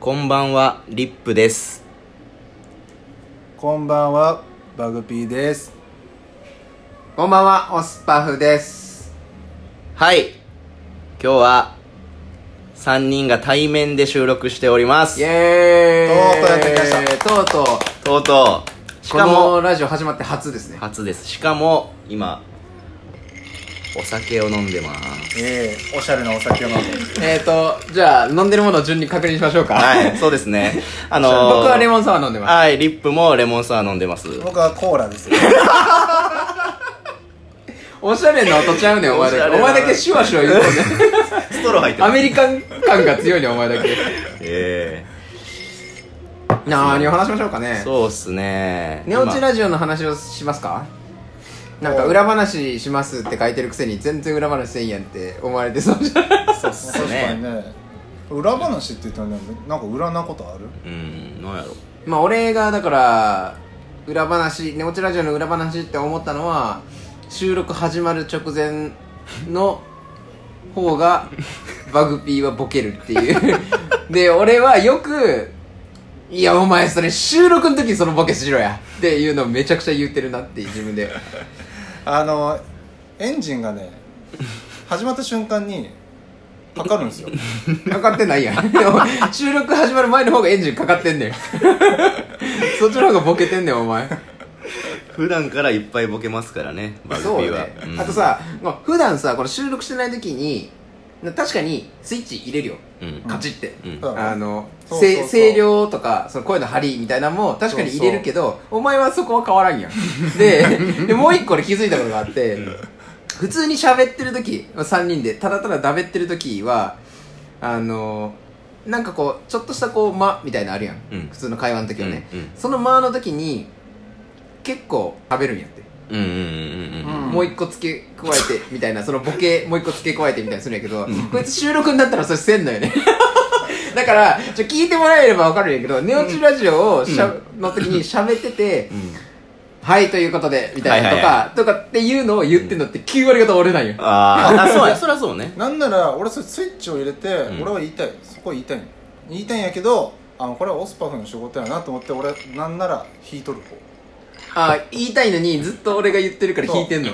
こんばんは、リップです。こんばんは、バグピーです。こんばんは、オスパフです。はい。今日は、3人が対面で収録しておりますイ。ェーイ。とうとうやってきましたとうとう、とうとう。しこかのも、ラジオ始まって初ですね。初です。しかも、今、お酒を飲んでます。ええおしゃれなお酒を飲んで。えーと、じゃあ、飲んでるものを順に確認しましょうか。はい、 そうですね。あのー、僕はレモンンサワー飲んでます。はい、リップもレモンサワー飲んでます。僕はコーラですよ。おしゃれな音ちゃうねん、お前だおしゃれけ。なお前だけシュワシュワ言うね。ストロー入っアメリカン感が強いね、お前だけ。え何を話しましょうかえね。そうっすね。寝落ち今ラジオの話をしますかなんか裏話しますって書いてるくせに全然裏話せんやんって思われてそうじゃないそうそう確かにね。裏話って言ったらね、なんか裏なことあるうん、なんやろ。まあ俺がだから裏話「寝落ちラジオ」の裏話って思ったのは収録始まる直前の方がバグピーはボケるっていうで俺はよく「いやお前それ収録の時にそのボケしろや」っていうのをめちゃくちゃ言ってるなって自分であの、エンジンがね、始まった瞬間に、かかるんですよ。かかってないやん収録始まる前の方がエンジンかかってんねんそっちの方がボケてんねんお前普段からいっぱいボケますからね、バグピそうーはね。うんあと、さ、まあ、普段さこの収録してない時にな確かにスイッチ入れるようん。カチって、うんうんあのそうそうそうせ声量とかその声の張りみたいなのも確かに入れるけどお前はそこは変わらんや んででもう一個俺気づいたことがあって普通に喋ってる時3人でただただだべってる時はあのなんかこうちょっとしたこう間みたいなのあるやん、うん普通の会話の時はね、うんうんその間の時に結構喋るんやってうんうんうんうんうん。うんもう一個付け加えてみたいなそのボケもう一個付け加えてみたいなするんやけどこいつ収録になったらそれせんのよね だからちょ聞いてもらえれば分かるんやけど「寝落ちラジオをしゃ、の時に喋っててうん「はいということで」みたいなとか、はいはいとかっていうのを言ってんのって9割方俺なんよあーあ、そうや、そりゃそうね。なんなら、俺それスイッチを入れて、ん俺は言いたい。そこは言いたいの。言いたいんやけど、あの、これはオスパフの仕事やなと思って、俺、なんなら引いとる方。あ言いたいのにずっと俺が言ってるから聞いてんの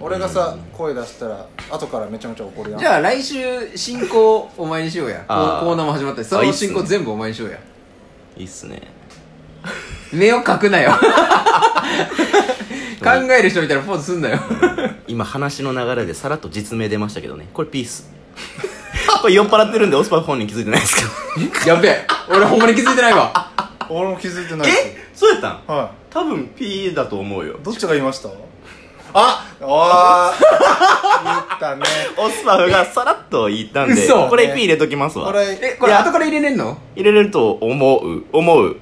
俺がさ、声出したら、後からめちゃめちゃ怒るやん。じゃあ来週進行お前にしようやこうあーコーナーも始まったしそあいいのっすね進行全部お前にしようやいいっすね。目をかくなよ 考える人みたいなポーズすんなよ今話の流れでさらっと実名出ましたけどね。これピー ス。これ酔っ払ってるんでオスパフ本人気づいてないですけど。やべえ俺ほんまに気づいてないわ俺も気づいてないですそうやったんは多分 P だと思うよい。。どっちが言いましたあおー言ったね。オスパフがさらっと言ったんで、嘘これ P 入れときますわこ。れ、えこれ後から入れれんの入れれると思う。思う。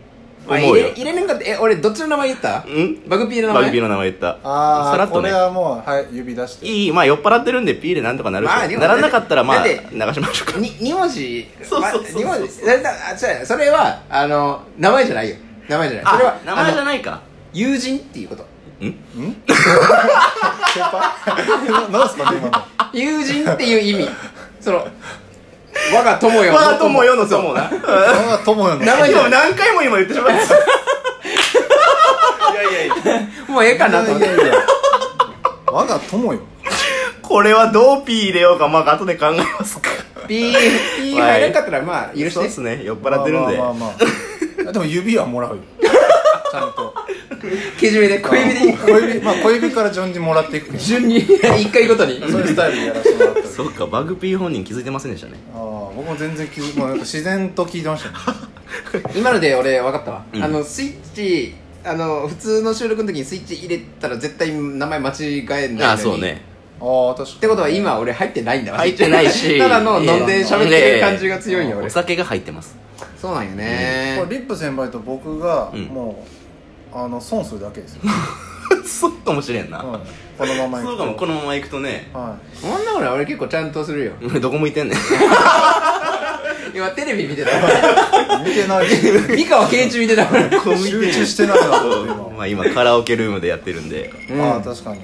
あ思うよ入れ。入れれんかってえ俺どっちの名前言ったんバグピーの名バグ前ピーの名前言った。あさらあ、っことねれ。はもう、はい、指出して。いい、まあ酔っ払ってるんで P でなんとかなるしまあでもならなかったらまだあっ流てしましょうか。に二文字そうそうそうま二文字だだあ違うそれはあの名前じゃないよ名前じゃないそれはあ、名前じあゃのないか。友人っていうことん先輩 ななんすかね、今の。友人ってい う意味その我が友よまあ、ともよのともそうな。俺は友 よの。名前じゃ今ない何回も今言ってしまったいやいやいやもうええかなと思っいてやいやいや。我が友よ。これはどう P 入れようかまあ後で考えますかピーピー入らんかったらまあ許しそうてっすね酔っ払ってるんでまあまあまあまあ。でも指はもらうよ。 ちゃんと。けじめで小指で小指、まあ小指から順次もらっていくけど。そ順に一回ごとにういうスタイルでやらせてもら ってる。そっかバグ P 本人気づいてませんでしたねああ、僕も全然気づ、もうなんか自然と聞いてましたね。 今ので俺分かったわ、うんあのスイッチあの普通の収録の時にスイッチ入れたら絶対名前間違えないのにああそうねああ、確かに。ってことは今俺入ってないんだわ入ってない し ただの飲んで喋ってる感じが強いんねよえ俺お酒が入ってますそうなんよこねれリップ先輩と僕がうんもう、あの損するだけ ですよ、うんそうかもしれんなこのままいくとそうかもこのまま行くとねはそんなもん俺結構ちゃんと するよどこ向いてんねん今テレビ見てたい見 てない 三河健一見てた俺集中してないなそうまあ今カラオケルームでやってるんで今、ああ確かに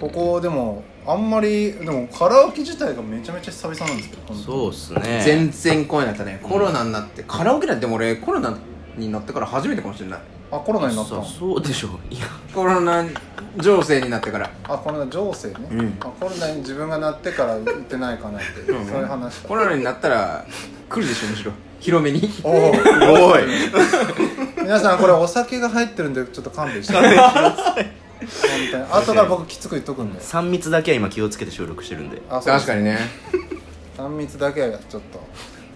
ここでもあんまりでもカラオケ自体がめちゃめちゃ久々なんですけど本当そうっすね全然来なかったねコロナになってカラオケなんてでも俺コロナになってから初めてかもしれないあコロナになったそのそうでしょういやコロナ情勢になってからあコロナ情勢ね、うんあコロナに自分がなってから行ってないかなってそういう話だコロナになったら来るでしょむしろ広めにおおおい皆さんこれお酒が入ってるんでちょっと勘弁してくだ さい本当に後から僕きつく言っとくんで3密だけは今気をつけて収録してるんであそう確かにね3密だけはちょっと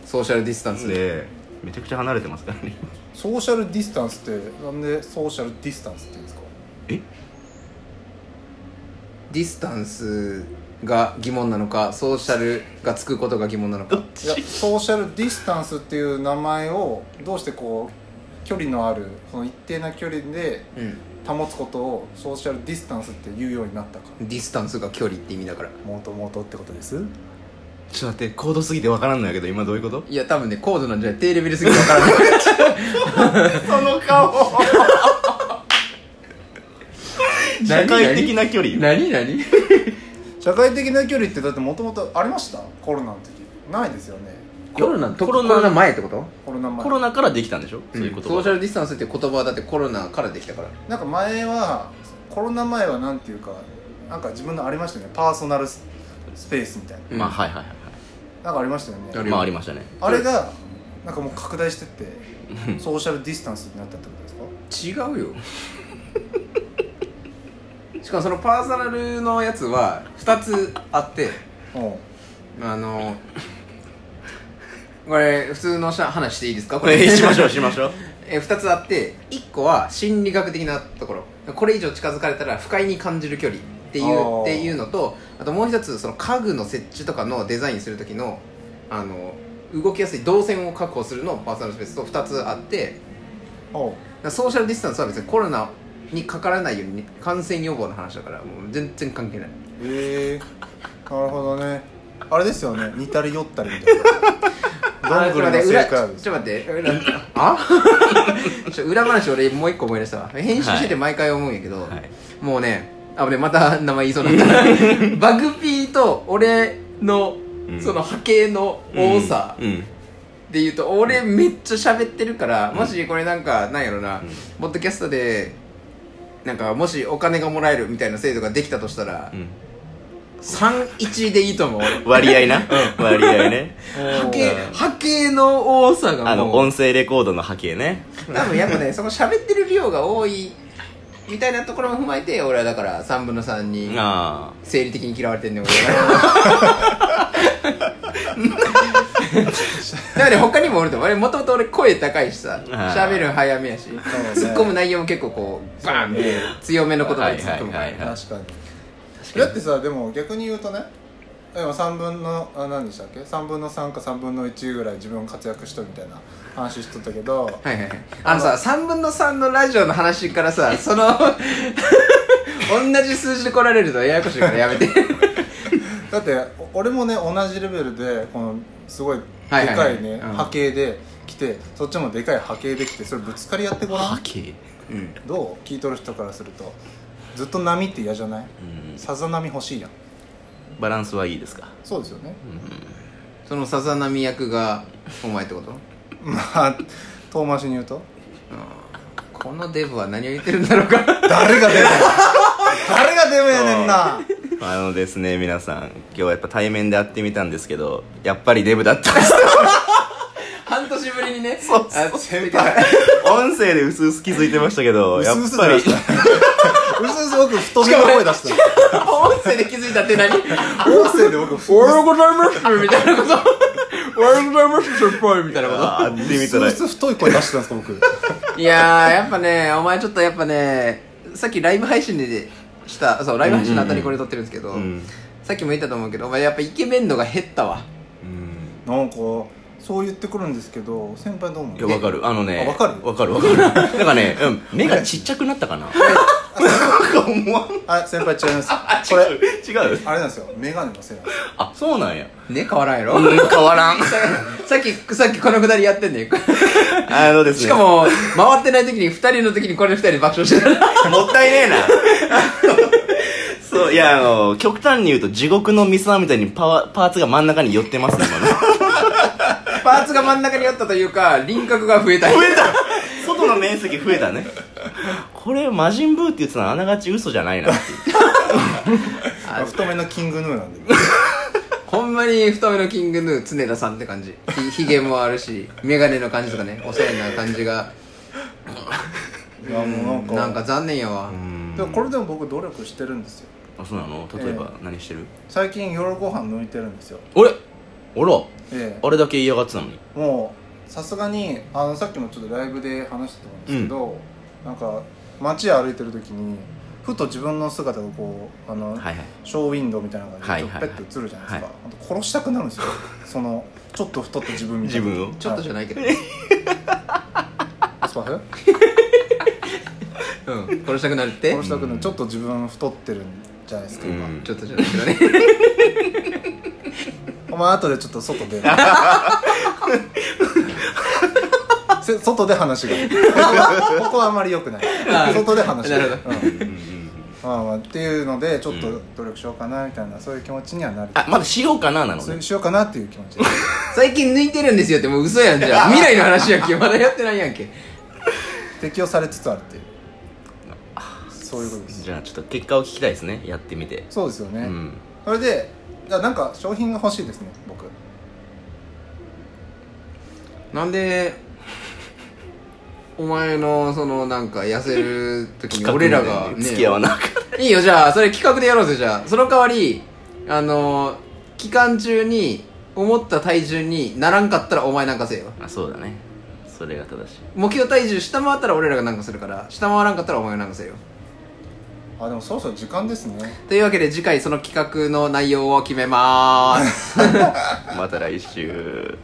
ソーシャルディスタンスででめちゃくちゃ離れてますからね ソーシャルディスタンスってなんでソーシャルディスタンスって言うんですか えディスタンスが疑問なのかソーシャルがつくことが疑問なのかいやソーシャルディスタンスっていう名前をどうしてこう距離のあるその一定な距離でうん保つことをソーシャルディスタンスって言うようになったかディスタンスが距離って意味だからもともとってことでちすょっと待って高度すぎてわからんのやけど今どういうこといや多分ね高度なんじゃない低レベルすぎて分からないその顔 社会的な距離何何社会的な距離ってだってもともとありましたコロナの時ないですよねコロナとココロロナナ前ってことコロナ前コロナからできたんでしょ、そういううこんソーとシャルディスタンスって言葉はだってコロナからできたからなんか前はコロナ前はなんていうかなんか自分のありましたよねパーソナルススペースみたいなうんまあはいはいはいはなんかありましたよねあるいよまあありましたねあれがなんかもう拡大してってソーシャルディスタンスになったってことですか違うよしかもそのパーソナルのやつは2つあってうんあのこれ普通のしゃ話していいですかここれれしましょうしましょうえ2つあって1個は心理学的なところこれ以上近づかれたら不快に感じる距離っていあーうっていうのとあともう一つその家具の設置とかのデザインする時のあの動きやすい動線を確保するのパーソナルスペースと2つあっておうだからソーシャルディスタンスは別にコロナにかからないように感染予防の話だからもう全然関係ないへえー、なるほどねあれですよね似たり寄ったりみたいなどんぐりの性ちょ格あるっと待って裏あ ちょ裏話俺もう一個思い出したわ編集してて毎回思うんやけど、はいもうねあ俺また名前言いそうに なったバグピーと俺のうんその波形の多さうんうんで言うと、俺めっちゃ喋ってるから、もしこれなんかなんやろな、んポッドキャストでなんかもしお金がもらえるみたいな制度ができたとしたら、うん31でいいと思う俺割合な、割合ね波お形ー波形の多さあがのもう音声レコードの波形ね多分やっぱねその喋ってる量が多いみたいなところも踏まえて俺はだから3分の3にあ生理的に嫌われてんねん俺 はだから他にもおると思う俺もともと俺声高いしさあー喋るの早めやし、ね突っ込む内容も結構こうバーンって強めの言葉で突っ込むから、はいはいはい確かにだってさでも逆に言うとね今3分のあ何でしたっけ3分の3か3分の1ぐらい自分活躍しとるみたいな話しとったけどはいはいはいあのさ3分の3のラジオの話から さその同じ数字で来られるとややこしいからやめてだってお俺もね同じレベルでこのすごいではいはいはかいいねうん波形で来てそっちもでかい波形で来てそれぶつかり合ってごあら波ん形うんどう聞いとる人からするとずっと波って嫌じゃないうんさざ波欲しいやんバランスはいいですかそうですよね そのさざ波役がお前ってことうんまあ遠回しに言うとこのデブは何を言ってるんだろうか誰が出る誰が出るやねんなあのですね皆さん今日はやっぱ対面で会ってみたんですけどやっぱりデブだったんです半年ぶりにねそうそうあ先輩音声で薄々気づいてましたけどやっうすうすぱり出したうすうす僕太めの声出した音声で気づいたって何音声で僕お太はようございますみたいなことおはようございます先輩みたいなこあー会ってみたうらすうす太い声出してたんですか僕といやーやっぱねお前ちょっとやっぱねさっきライブ配信でしたそうライブ配信の後にこれ撮ってるんですけど、うんさっきも言ったと思うけどお前やっぱイケメン度が減ったわうんなんかそう言ってくるんですけど先輩どう思いやうわかるあのねあわかるわかるわかるなんかねうん目がちっちゃくなったかななんか思わんあ先輩違いますこれ違うあれなんですよ眼鏡のせいなんですよあそうなんやね変わらんやろ、うん変わらんさっき さっきこのくだりやって んねんあのですねしかも回ってない時に2人の時にこれ2人で爆笑してたもったいねえな。そういやあの極端に言うと地獄のミサみたいにパワーパーツが真ん中に寄ってますね今ね パーツが真ん中にあったというか輪郭が増えた増えた外の面積増えたねこれ魔人ブーって言ってたのはあながち嘘じゃないなっていうあ太めのキングヌーなんでほんまに太めのキングヌー常田さんって感じひひげもあるし眼鏡の感じとかねおしゃれな感じがいやもうなんかなんか残念やわでもこれでも僕努力してるんですよあそうなの例えば何してる、最近夜ご飯抜いてるんですよあれあらえあれだけ嫌がってたのにえもうさすがにあのさっきもちょっとライブで話したと思うんですけど、なんか街歩いてる時にふと自分の姿がこうあの、はいはいショーウィンドウみたいな感じではいちょはっいはといペッと映るじゃないですか、はほんと殺したくなるんですよそのちょっと太った自分みたいな自分をちょっとじゃないないけど、スパフうん殺したくなるって殺したくなるちょっと自分太ってるんじゃないですかう今、んちょっとじゃないけどねお前後でちょっと外 でせ外で話がここはあんまり良くないあー外で話がなるほうんうんうんまあまあっていうのでちょっうと努力しようかなみたいなそういう気持ちにはなるあまだしようかななのそうねしようかなっていう気持ち最近抜いてるんですよってもう嘘やんじゃん未来の話やんけまだやってないやんけ適用されつつあるっていうそういうことですじゃあちょっと結果を聞きたいですねやってみてそうですよね、うんそれでいやなんか商品が欲しいですね僕なんでお前のそのなんか痩せる時企に画俺らが、付き合わなかっいいよじゃあそれ企画でやろうぜじゃあその代わりあの期間中に思った体重にならんかったらお前なんかせえよたあそうだねそれが正しい目標体重下回ったら俺らがなんかするから下回らんかったらお前がなんかせえよあでもそろそろ時間ですねというわけで次回その企画の内容を決めまーすまた来週